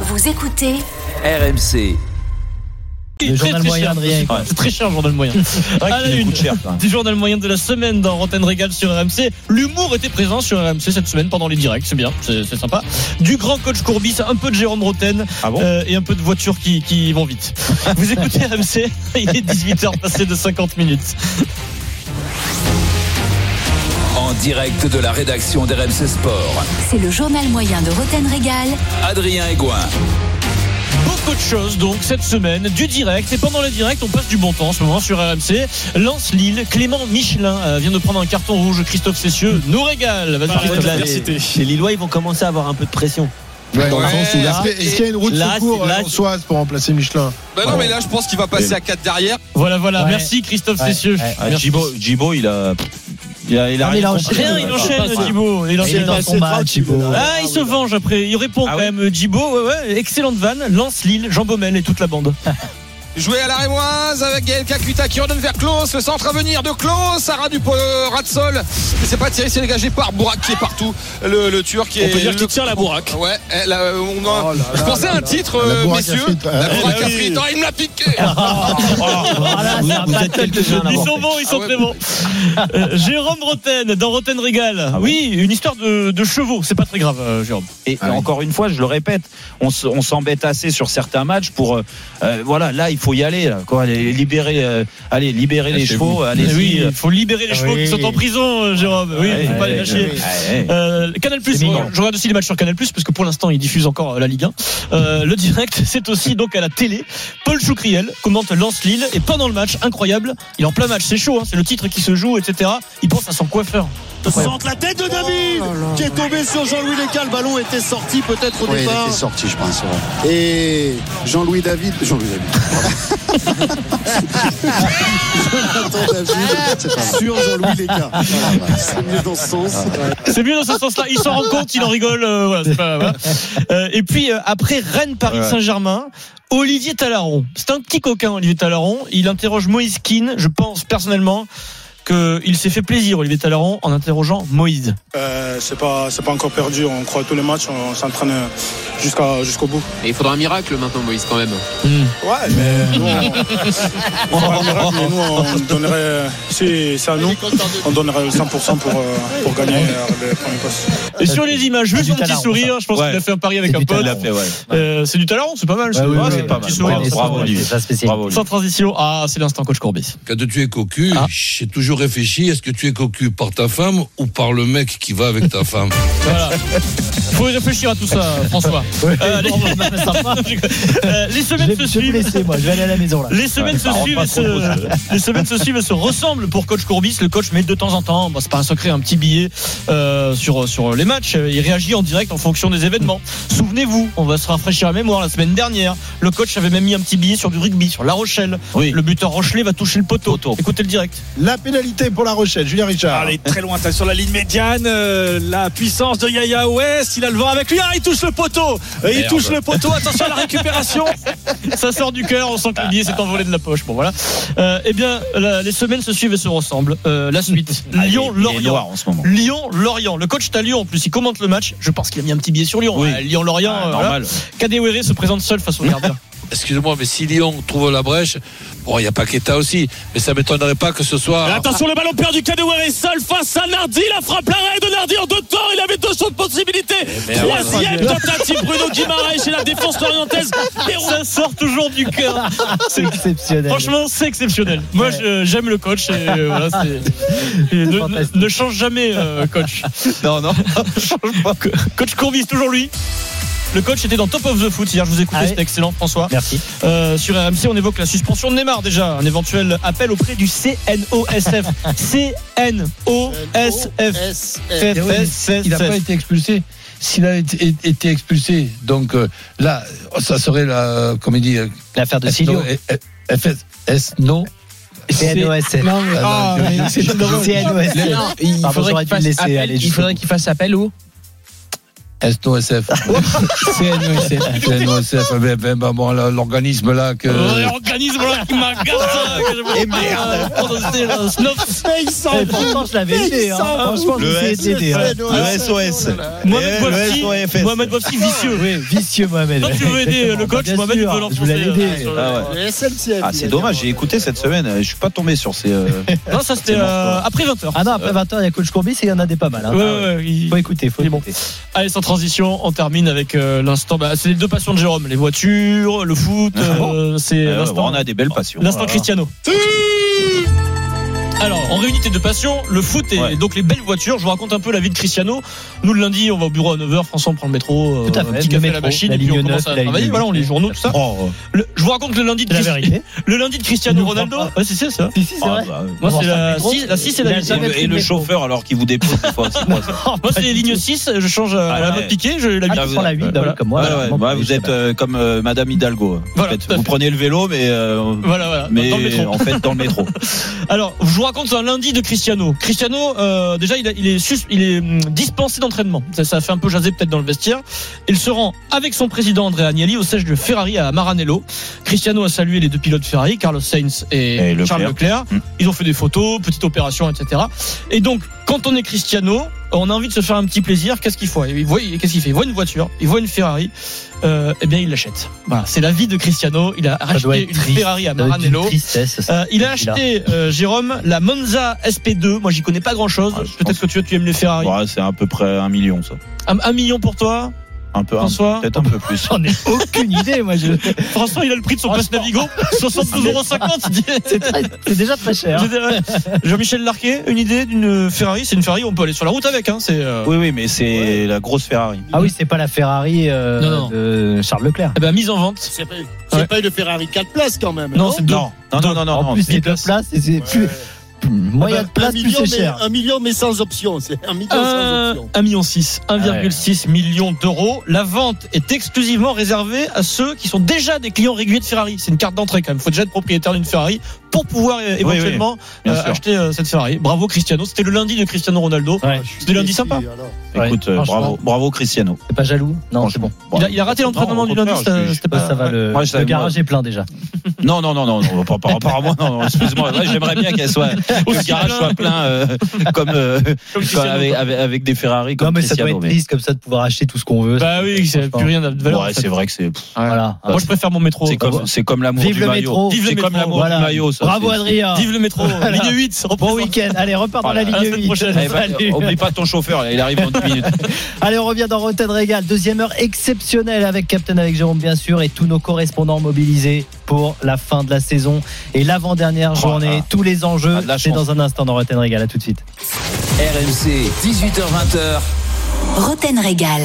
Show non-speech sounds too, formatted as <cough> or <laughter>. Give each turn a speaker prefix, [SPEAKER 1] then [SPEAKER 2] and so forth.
[SPEAKER 1] Vous écoutez
[SPEAKER 2] RMC.
[SPEAKER 3] Oui,
[SPEAKER 4] Le
[SPEAKER 3] très,
[SPEAKER 4] journal
[SPEAKER 3] très
[SPEAKER 4] moyen,
[SPEAKER 3] cher. Ah,
[SPEAKER 4] Adrien, quoi.
[SPEAKER 3] Ouais, C'est très cher le journal moyen. À la une du journal moyen de la semaine dans Rotten Régal sur RMC. L'humour était présent sur RMC cette semaine pendant les directs, c'est bien, c'est c'est sympa. Du grand coach Courbis, un peu de Jérôme Roten
[SPEAKER 2] Ah bon
[SPEAKER 3] euh, et un peu de voitures qui, qui vont vite. Vous écoutez RMC, il est 18h passé de 50 minutes.
[SPEAKER 2] En direct de la rédaction d'RMC Sport.
[SPEAKER 1] C'est le journal moyen de Roten Régal.
[SPEAKER 2] Adrien Egoin.
[SPEAKER 3] Beaucoup de choses donc cette semaine, du direct. Et pendant le direct, on passe du bon temps en ce moment sur RMC. Lance Lille, Clément Michelin euh, vient de prendre un carton rouge. Christophe Cessieux nous régale. Vas-y, Christophe.
[SPEAKER 4] Là, les, les Lillois, ils vont commencer à avoir un peu de pression. Dans le sens où là,
[SPEAKER 5] Est-ce que- est-ce qu'il y a une route de
[SPEAKER 4] là,
[SPEAKER 5] secours
[SPEAKER 4] c'est- là,
[SPEAKER 5] à Lançoise pour remplacer Michelin
[SPEAKER 6] Bah non, mais là, je pense qu'il va passer à 4 derrière.
[SPEAKER 3] Voilà, voilà.
[SPEAKER 4] Ouais.
[SPEAKER 3] Merci Christophe
[SPEAKER 4] Ouais,
[SPEAKER 3] Cessieux.
[SPEAKER 4] ouais.
[SPEAKER 3] Merci.
[SPEAKER 7] Ah, Jibo, Jibo, il a. Il a, il a
[SPEAKER 4] Non, Ah, mais il a
[SPEAKER 7] rien
[SPEAKER 4] enchaîné.
[SPEAKER 7] compris. Ah,
[SPEAKER 3] Rien, il enchaîne, Djibo. Il
[SPEAKER 4] il est
[SPEAKER 3] enchaîne.
[SPEAKER 4] dans son match, Thibaut.
[SPEAKER 3] Ah, il se venge après. Il répond
[SPEAKER 7] Ah
[SPEAKER 3] quand
[SPEAKER 7] ouais
[SPEAKER 3] même. Djibo, ouais, ouais. Excellente vanne. Lance Lille, Jean Baumel et toute la bande.
[SPEAKER 6] Jouer à la Rémoise avec Gaël Kakuta qui redonne vers Klaus. Le centre à venir de Klaus. Sarah du Ratsol. Mais c'est pas tiré, c'est dégagé par Bourak qui est partout. Le, le Turc qui est. On peut dire qu'il tire la Bourak. Ouais, eh, là, on a-
[SPEAKER 5] Oh là
[SPEAKER 6] je
[SPEAKER 5] là
[SPEAKER 6] pensais
[SPEAKER 5] là
[SPEAKER 6] à un
[SPEAKER 5] là.
[SPEAKER 6] titre,
[SPEAKER 5] La
[SPEAKER 6] euh,
[SPEAKER 5] Bourak à
[SPEAKER 6] messieurs.
[SPEAKER 5] frites,
[SPEAKER 6] La
[SPEAKER 5] euh,
[SPEAKER 6] Bourak à frites. Oh, il me l'a piqué.
[SPEAKER 5] Ah.
[SPEAKER 4] Voilà,
[SPEAKER 7] Vous-
[SPEAKER 4] c'est un
[SPEAKER 7] vous
[SPEAKER 4] bataille
[SPEAKER 7] êtes quelques-uns
[SPEAKER 4] de
[SPEAKER 7] là-bas.
[SPEAKER 3] Ils sont bons, ils sont
[SPEAKER 6] Ah ouais.
[SPEAKER 3] très bons. Euh, Jérôme Roten, dans Roten Régal. oui, une histoire de, de chevaux. C'est pas très grave, euh, Jérôme.
[SPEAKER 7] Et encore une fois, je le répète, on se- on s'embête assez sur certains matchs pour. euh, euh, voilà, là, il faut y aller. là, quoi, aller libérer, euh, allez, libérer les chevaux. Allez,
[SPEAKER 3] Eh oui, il faut libérer les chevaux
[SPEAKER 4] oui.
[SPEAKER 3] qui sont en prison, euh, Jérôme. Oui,
[SPEAKER 7] Ah
[SPEAKER 3] il faut pas les lâcher. Euh, Canal Plus,
[SPEAKER 4] mignon.
[SPEAKER 3] je regarde aussi les matchs sur Canal Plus parce que pour l'instant ils diffusent encore euh, la Ligue 1. Euh, le direct, <laughs> c'est aussi donc à la télé. Paul Choucriel commente Lance Lille et pendant le match, incroyable, il est en plein match, c'est chaud, hein, c'est le titre qui se joue, etc. Il pense à son coiffeur.
[SPEAKER 8] Centre la tête
[SPEAKER 9] Oh
[SPEAKER 8] de David qui est tombé sur Jean-Louis Léca. Le ballon était sorti peut-être au
[SPEAKER 9] Oui, il
[SPEAKER 8] départ.
[SPEAKER 9] était sorti, je pense. ouais. Et Jean-Louis David. Jean-Louis David. <laughs> Jonathan David. c'est pas mal. Sur Jean-Louis Léca. Voilà, voilà. C'est Ah, mieux dans ce sens.
[SPEAKER 3] C'est mieux dans ce sens-là. Il s'en rend compte, il en rigole. euh, voilà, c'est pas- voilà. Euh, et puis euh, après Rennes, Paris, Saint-Germain. Olivier Talaron, c'est un petit coquin Olivier Talaron. Il interroge Moïse Keane. Je pense personnellement qu'il s'est fait plaisir Olivier Talaron en interrogeant Moïse.
[SPEAKER 10] Euh, c'est pas c'est pas encore perdu. On croit tous les matchs, on, s'entraîne jusqu'à jusqu'au bout.
[SPEAKER 11] Mais il faudra un miracle maintenant, Moïse, quand même.
[SPEAKER 10] Ouais, mais nous, on, on fera un miracle, mais nous,
[SPEAKER 9] Ah.
[SPEAKER 10] on donnerait si c'est à nous, on donnerait le 100% pour euh, pour gagner euh, le premier poste.
[SPEAKER 3] Et sur les images,
[SPEAKER 4] C'est
[SPEAKER 3] vu
[SPEAKER 4] du
[SPEAKER 3] son petit
[SPEAKER 4] talent,
[SPEAKER 3] sourire, je pense
[SPEAKER 7] Ouais.
[SPEAKER 3] qu'il a fait un pari avec
[SPEAKER 4] C'est
[SPEAKER 3] un
[SPEAKER 4] du
[SPEAKER 3] pote.
[SPEAKER 7] Il a fait, ouais.
[SPEAKER 3] Euh, c'est du talent, c'est pas mal.
[SPEAKER 4] Ouais, ouais,
[SPEAKER 3] Ah,
[SPEAKER 4] ouais,
[SPEAKER 3] c'est
[SPEAKER 4] ouais,
[SPEAKER 3] pas
[SPEAKER 4] ouais,
[SPEAKER 3] mal.
[SPEAKER 4] ouais,
[SPEAKER 3] Sourire.
[SPEAKER 4] ouais,
[SPEAKER 7] Bravo,
[SPEAKER 4] ouais,
[SPEAKER 7] Olivier.
[SPEAKER 4] c'est pas spécial.
[SPEAKER 7] Bravo, lui.
[SPEAKER 3] Sans transition, ah, c'est l'instant coach Courbis.
[SPEAKER 10] Quand tu es cocu,
[SPEAKER 3] Ah.
[SPEAKER 10] j'ai toujours réfléchi est-ce que tu es cocu par ta femme ou par le mec qui va avec ta femme
[SPEAKER 3] Voilà. Faut y réfléchir à tout ça, François. Euh, les... <laughs> Euh, les
[SPEAKER 4] Je
[SPEAKER 3] semaines
[SPEAKER 4] vais
[SPEAKER 3] se
[SPEAKER 4] je vais
[SPEAKER 3] suivent.
[SPEAKER 4] me laisser, moi. Je vais aller à la maison, là.
[SPEAKER 3] Les semaines,
[SPEAKER 7] Ouais,
[SPEAKER 3] se
[SPEAKER 7] ça rentre
[SPEAKER 3] suivent
[SPEAKER 7] pas
[SPEAKER 3] et
[SPEAKER 7] trop gros, ça.
[SPEAKER 3] se, <laughs> les semaines se suivent et se ressemblent pour coach Courbis. Le coach met de temps en temps, bah, c'est pas un secret, un petit billet euh, sur, sur les matchs. Il réagit en direct en fonction des événements. Souvenez-vous, on va se rafraîchir la mémoire la semaine dernière. Le coach avait même mis un petit billet sur du rugby, sur La Rochelle.
[SPEAKER 7] Oui.
[SPEAKER 3] Le buteur Rochelet va toucher le poteau. Écoutez le direct.
[SPEAKER 5] La pénalité pour la Rochelle, Julien Richard.
[SPEAKER 8] Allez, très loin, t'as sur la ligne médiane, euh, la puissance de Yaya West, il a le vent avec lui, ah, il touche le poteau, Et il
[SPEAKER 10] Merde.
[SPEAKER 8] touche le poteau, attention à la récupération.
[SPEAKER 3] <laughs> Ça sort du cœur, on sent que le billet s'est envolé de la poche. Bon voilà. Euh, eh bien, la- les semaines se suivent et se ressemblent. Euh, la suite.
[SPEAKER 7] Ah, il est- il est
[SPEAKER 3] Lyon-Lorient.
[SPEAKER 7] noir en ce moment.
[SPEAKER 3] Lyon-Lorient. Le coach est à Lyon en plus, il commente le match. Je pense qu'il a mis un petit billet sur Lyon.
[SPEAKER 7] Oui.
[SPEAKER 3] Euh, Lyon-Lorient.
[SPEAKER 7] Ah,
[SPEAKER 3] euh, voilà.
[SPEAKER 7] normal.
[SPEAKER 3] Kadewere se présente seul face
[SPEAKER 8] <laughs>
[SPEAKER 3] au gardien.
[SPEAKER 10] Excusez-moi, mais si Lyon trouve la brèche, bon, il y a Paqueta aussi, mais ça m'étonnerait pas que ce soit.
[SPEAKER 8] Attention, le ballon perdu, Kadewere est seul face à Nardi, la frappe, l'arrêt de Nardi en deux temps, il avait deux chances de possibilité.
[SPEAKER 3] Eh ben,
[SPEAKER 10] merde.
[SPEAKER 8] Troisième tentative, Bruno Guimaraes chez la défense lorientaise, Perrault
[SPEAKER 3] Ça sort toujours du cœur.
[SPEAKER 4] C'est exceptionnel.
[SPEAKER 3] Franchement, c'est exceptionnel. Moi, je- j'aime le coach. Et, euh, voilà,
[SPEAKER 4] <laughs>
[SPEAKER 3] c'est- et ne,
[SPEAKER 4] fantastique.
[SPEAKER 3] ne change jamais, euh, coach.
[SPEAKER 7] Non, non.
[SPEAKER 3] Co- Coach Courbis, toujours lui. Le coach était dans Top of the Foot hier. Je vous écoutais,
[SPEAKER 4] Ah oui.
[SPEAKER 3] c'était excellent, François.
[SPEAKER 4] Merci.
[SPEAKER 3] Euh, sur RMC, on évoque la suspension de Neymar déjà. Un éventuel appel auprès du CNOSF. CNOSF.
[SPEAKER 8] Il n'a pas été expulsé. S'il a été, été expulsé, donc euh, là, ça serait la, comme il dit, euh,
[SPEAKER 4] L'affaire de
[SPEAKER 8] S-
[SPEAKER 4] Silio.
[SPEAKER 8] non, eh, FS, S, non.
[SPEAKER 4] CNOSF.
[SPEAKER 8] Non, mais- Ah, mais c'est drôle.
[SPEAKER 4] CNOSF.
[SPEAKER 8] Non,
[SPEAKER 4] Pardon, j'aurais dû le laisser aller jusqu'au bout.
[SPEAKER 11] qu'il fasse appel ou
[SPEAKER 8] SNOSF. CNOSF.
[SPEAKER 4] <laughs>
[SPEAKER 8] CNOSF. Ben, ben, ben, bon, là, l'organisme là que.
[SPEAKER 3] Euh, L'organisme là qui m'a gâté, que je voulais
[SPEAKER 7] Et
[SPEAKER 3] pas,
[SPEAKER 7] merde.
[SPEAKER 3] euh, prononcer, là, Snuff.
[SPEAKER 7] Eh,
[SPEAKER 4] Et pourtant, je l'avais aidé. Hein. Franchement, je l'ai aidé. hein.
[SPEAKER 7] Le SOS.
[SPEAKER 3] Mohamed
[SPEAKER 7] Le
[SPEAKER 3] Bouafsi,
[SPEAKER 7] SOFS.
[SPEAKER 3] Mohamed Bouafsi, vicieux.
[SPEAKER 4] Oui, vicieux Mohamed.
[SPEAKER 3] Toi, tu veux aider le coach,
[SPEAKER 4] Bien
[SPEAKER 3] Mohamed, il
[SPEAKER 4] sûr,
[SPEAKER 3] veut l'enfoncer.
[SPEAKER 4] Je voulais l'aider.
[SPEAKER 3] euh,
[SPEAKER 7] Ah ouais.
[SPEAKER 9] Le SNCF.
[SPEAKER 7] Ah, c'est dommage, j'ai écouté cette semaine, euh, je suis pas tombé sur ces. <laughs> euh,
[SPEAKER 3] Non, ça c'était
[SPEAKER 7] C'est bon,
[SPEAKER 3] euh,
[SPEAKER 7] quoi.
[SPEAKER 3] après 20h.
[SPEAKER 4] Ah non, après 20h, il y a Coach Courbis et il y en a des pas mal. Hein.
[SPEAKER 3] Ouais, ouais, il-
[SPEAKER 4] Faut écouter, faut
[SPEAKER 3] Il est bon.
[SPEAKER 4] écouter.
[SPEAKER 3] Allez, sans transition, on termine avec euh, l'instant. Bah, c'est les deux passions de Jérôme, les voitures, le foot.
[SPEAKER 7] Ah bon
[SPEAKER 3] euh, c'est
[SPEAKER 7] euh,
[SPEAKER 3] l'instant.
[SPEAKER 7] on a des belles passions.
[SPEAKER 3] L'instant
[SPEAKER 7] Voilà.
[SPEAKER 3] Cristiano. Alors, on réunit tes deux passions, le foot et
[SPEAKER 7] Ouais.
[SPEAKER 3] donc les belles voitures. Je vous raconte un peu la vie de Cristiano. Nous, le lundi, on va au bureau à 9h, François, on prend le métro, euh,
[SPEAKER 4] Tout à
[SPEAKER 3] un
[SPEAKER 4] fait,
[SPEAKER 3] petit
[SPEAKER 4] le
[SPEAKER 3] café à la
[SPEAKER 4] métro,
[SPEAKER 3] machine,
[SPEAKER 4] la
[SPEAKER 3] et puis on
[SPEAKER 4] ligne
[SPEAKER 3] commence à
[SPEAKER 4] 9, la
[SPEAKER 3] travailler.
[SPEAKER 4] ligne
[SPEAKER 3] Voilà, on lit les journaux, tout ça.
[SPEAKER 7] Oh,
[SPEAKER 3] Le- je vous raconte le lundi de,
[SPEAKER 4] C'est la
[SPEAKER 3] Christi-
[SPEAKER 4] vérité.
[SPEAKER 3] le lundi de Cristiano
[SPEAKER 4] Il nous
[SPEAKER 3] Ronaldo.
[SPEAKER 4] prend
[SPEAKER 3] Ouais, c'est ça, ça.
[SPEAKER 4] Si, si, c'est hein.
[SPEAKER 7] ah,
[SPEAKER 4] vrai.
[SPEAKER 7] bah, euh,
[SPEAKER 3] Moi,
[SPEAKER 4] Bon,
[SPEAKER 3] c'est
[SPEAKER 4] ça,
[SPEAKER 3] la
[SPEAKER 4] le métro,
[SPEAKER 3] 6, la 6 et
[SPEAKER 4] il
[SPEAKER 3] la
[SPEAKER 4] a
[SPEAKER 3] 8.
[SPEAKER 7] et
[SPEAKER 4] jamais
[SPEAKER 7] le,
[SPEAKER 4] pris
[SPEAKER 7] et
[SPEAKER 4] le
[SPEAKER 7] le
[SPEAKER 4] métro.
[SPEAKER 7] chauffeur alors qu'il vous dépose des fois, c'est quoi ça
[SPEAKER 3] Moi, c'est les lignes 6, je change euh, à la
[SPEAKER 7] Ah
[SPEAKER 3] mode
[SPEAKER 7] ouais.
[SPEAKER 3] piquée, je la
[SPEAKER 4] Ah,
[SPEAKER 7] Ah,
[SPEAKER 4] tu prends la
[SPEAKER 7] ouais,
[SPEAKER 4] 8,
[SPEAKER 7] ouais.
[SPEAKER 4] bah oui, comme moi.
[SPEAKER 7] Ouais, ouais,
[SPEAKER 4] vraiment,
[SPEAKER 7] bah,
[SPEAKER 4] je
[SPEAKER 7] Vous
[SPEAKER 4] sais
[SPEAKER 7] êtes
[SPEAKER 4] pas.
[SPEAKER 7] euh, comme euh, Madame Hidalgo.
[SPEAKER 3] Voilà,
[SPEAKER 7] En fait,
[SPEAKER 3] tout à
[SPEAKER 7] vous
[SPEAKER 3] fait.
[SPEAKER 7] prenez le vélo, mais, euh,
[SPEAKER 3] Voilà, voilà.
[SPEAKER 7] mais
[SPEAKER 3] dans le métro.
[SPEAKER 7] en fait dans le métro.
[SPEAKER 3] Alors, je vous raconte un lundi de Cristiano. Cristiano, euh, déjà, il, a- il est sus- il est hum, dispensé d'entraînement. Ça, ça a fait un peu jaser peut-être dans le vestiaire. Il se rend avec son président André Agnelli au siège de Ferrari à Maranello. Cristiano a salué les deux pilotes Ferrari, Carlos Sainz et,
[SPEAKER 7] Et Leclerc.
[SPEAKER 3] Charles Leclerc.
[SPEAKER 4] Hum.
[SPEAKER 7] Mm.
[SPEAKER 3] Ils ont fait des photos, petite opération, etc. Et donc, quand on est Cristiano, on a envie de se faire un petit plaisir. Qu'est-ce qu'il faut Il voit, qu'est-ce qu'il fait Il voit une voiture, il voit une Ferrari. Euh, eh bien, il l'achète. Voilà, c'est la vie de Cristiano. Il a
[SPEAKER 4] doit
[SPEAKER 3] racheté
[SPEAKER 4] être
[SPEAKER 3] une
[SPEAKER 4] triste.
[SPEAKER 3] Ferrari à
[SPEAKER 4] Ça doit être une
[SPEAKER 3] Maranello.
[SPEAKER 4] tristesse, ça.
[SPEAKER 3] Euh, il a
[SPEAKER 4] Celui-là.
[SPEAKER 3] acheté, euh, Jérôme, la Monza SP2. Moi, j'y connais pas grand chose.
[SPEAKER 7] Ah, je
[SPEAKER 3] Peut-être
[SPEAKER 7] pense-
[SPEAKER 3] que tu, tu aimes les Ferrari.
[SPEAKER 7] Ouais, c'est à peu près un million ça.
[SPEAKER 3] Un, un million pour toi,
[SPEAKER 7] Un peu, un-
[SPEAKER 3] François.
[SPEAKER 7] peut-être un peu plus.
[SPEAKER 4] J'en ai aucune idée, moi. je-
[SPEAKER 3] François, il a le prix de
[SPEAKER 7] Ah,
[SPEAKER 3] son passe Navigo. <laughs>
[SPEAKER 7] <laughs>
[SPEAKER 3] 72,50 euros.
[SPEAKER 4] Ah, C'est déjà très cher.
[SPEAKER 3] Jean-Michel Larquet, une idée d'une Ferrari. C'est une Ferrari, on peut aller sur la route avec. Hein, c'est, euh,
[SPEAKER 7] <laughs> Oui, oui, mais c'est la grosse Ferrari.
[SPEAKER 4] Ah oui, c'est pas la Ferrari euh,
[SPEAKER 3] Non, non.
[SPEAKER 4] de Charles Leclerc.
[SPEAKER 3] eh ben, mise en vente.
[SPEAKER 9] C'est pas,
[SPEAKER 3] Ouais.
[SPEAKER 9] c'est pas une Ferrari 4 places quand même.
[SPEAKER 3] Non, c'est deux.
[SPEAKER 7] Non, non, non, non, non.
[SPEAKER 4] en
[SPEAKER 7] non,
[SPEAKER 4] plus, Ah bah,
[SPEAKER 7] c'est-
[SPEAKER 4] c'est deux places et c'est plus. Moins il y a de place, plus
[SPEAKER 9] million,
[SPEAKER 4] c'est
[SPEAKER 9] mais,
[SPEAKER 4] cher.
[SPEAKER 9] un million, mais sans option. C'est un million sans
[SPEAKER 3] Un
[SPEAKER 9] option.
[SPEAKER 3] un million six,
[SPEAKER 7] Ah
[SPEAKER 3] 1,6 million d'euros. La vente est exclusivement réservée à ceux qui sont déjà des clients réguliers de Ferrari. C'est une carte d'entrée quand même. Il faut déjà être propriétaire d'une Ferrari pour pouvoir euh,
[SPEAKER 7] oui,
[SPEAKER 3] éventuellement
[SPEAKER 7] bien
[SPEAKER 3] euh,
[SPEAKER 7] sûr.
[SPEAKER 3] acheter euh, cette Ferrari. Bravo Cristiano. C'était le lundi de Cristiano Ronaldo.
[SPEAKER 4] Ouais.
[SPEAKER 3] C'était lundi sympa.
[SPEAKER 9] Et alors
[SPEAKER 7] Écoute, euh,
[SPEAKER 4] franchement.
[SPEAKER 7] bravo, bravo Cristiano.
[SPEAKER 4] T'es pas jaloux Non, c'est bon.
[SPEAKER 3] Il a, il a raté l'entraînement du
[SPEAKER 7] Non, au
[SPEAKER 3] lundi.
[SPEAKER 7] contraire,
[SPEAKER 3] c'était-
[SPEAKER 7] je-
[SPEAKER 3] C'était pas
[SPEAKER 4] euh, Ça va, le,
[SPEAKER 7] Moi, je
[SPEAKER 4] le
[SPEAKER 7] savais-
[SPEAKER 4] garage est plein déjà.
[SPEAKER 7] Non, non, non, non, non par, par rapport à moi, non, non, excuse-moi. Moi, J'aimerais bien qu'elle soit, que le
[SPEAKER 3] Aussi
[SPEAKER 7] garage
[SPEAKER 3] plein.
[SPEAKER 7] soit plein, euh, comme, euh,
[SPEAKER 3] Comme
[SPEAKER 7] comme
[SPEAKER 3] Cristiano,
[SPEAKER 7] avec,
[SPEAKER 3] quoi.
[SPEAKER 7] avec, avec des Ferrari
[SPEAKER 4] Non,
[SPEAKER 7] comme
[SPEAKER 4] mais ça doit
[SPEAKER 7] Cristiano.
[SPEAKER 4] être triste comme ça de pouvoir acheter tout ce qu'on veut.
[SPEAKER 3] Bah oui, c'est plus rien de
[SPEAKER 7] mais-
[SPEAKER 3] valeur. en
[SPEAKER 7] Ouais,
[SPEAKER 3] fait.
[SPEAKER 7] c'est vrai que c'est, pff,
[SPEAKER 4] Voilà.
[SPEAKER 3] Moi, je préfère mon métro.
[SPEAKER 7] c'est comme, c'est comme l'amour
[SPEAKER 4] Vive
[SPEAKER 7] du
[SPEAKER 4] le
[SPEAKER 7] maillot.
[SPEAKER 4] métro.
[SPEAKER 3] Vive
[SPEAKER 7] C'est
[SPEAKER 3] le
[SPEAKER 7] comme
[SPEAKER 3] métro.
[SPEAKER 7] l'amour
[SPEAKER 4] Voilà.
[SPEAKER 7] du maillot, ça.
[SPEAKER 4] Bravo
[SPEAKER 7] c'est-
[SPEAKER 4] Adrien.
[SPEAKER 3] Vive le métro.
[SPEAKER 4] Voilà.
[SPEAKER 3] Ligne 8.
[SPEAKER 4] Bon week-end. Allez, repart dans la
[SPEAKER 3] À la
[SPEAKER 4] ligne
[SPEAKER 3] semaine
[SPEAKER 4] 8.
[SPEAKER 3] prochaine.
[SPEAKER 7] Allez, va-
[SPEAKER 4] Salut.
[SPEAKER 7] Eh ben, oublie pas ton chauffeur, là, il arrive en 10 minutes.
[SPEAKER 4] Allez, on revient dans Rotten Régal. Deuxième heure exceptionnelle avec Captain avec Jérôme, bien sûr, et tous nos correspondants mobilisés pour la fin de la saison et l'avant-dernière journée.
[SPEAKER 7] là.
[SPEAKER 4] Tous les enjeux,
[SPEAKER 7] Ah, de la
[SPEAKER 4] c'est
[SPEAKER 7] chance.
[SPEAKER 4] dans un instant dans Rotten Régal. À tout de suite.
[SPEAKER 2] RMC, 18h20h.
[SPEAKER 1] Roten Régal.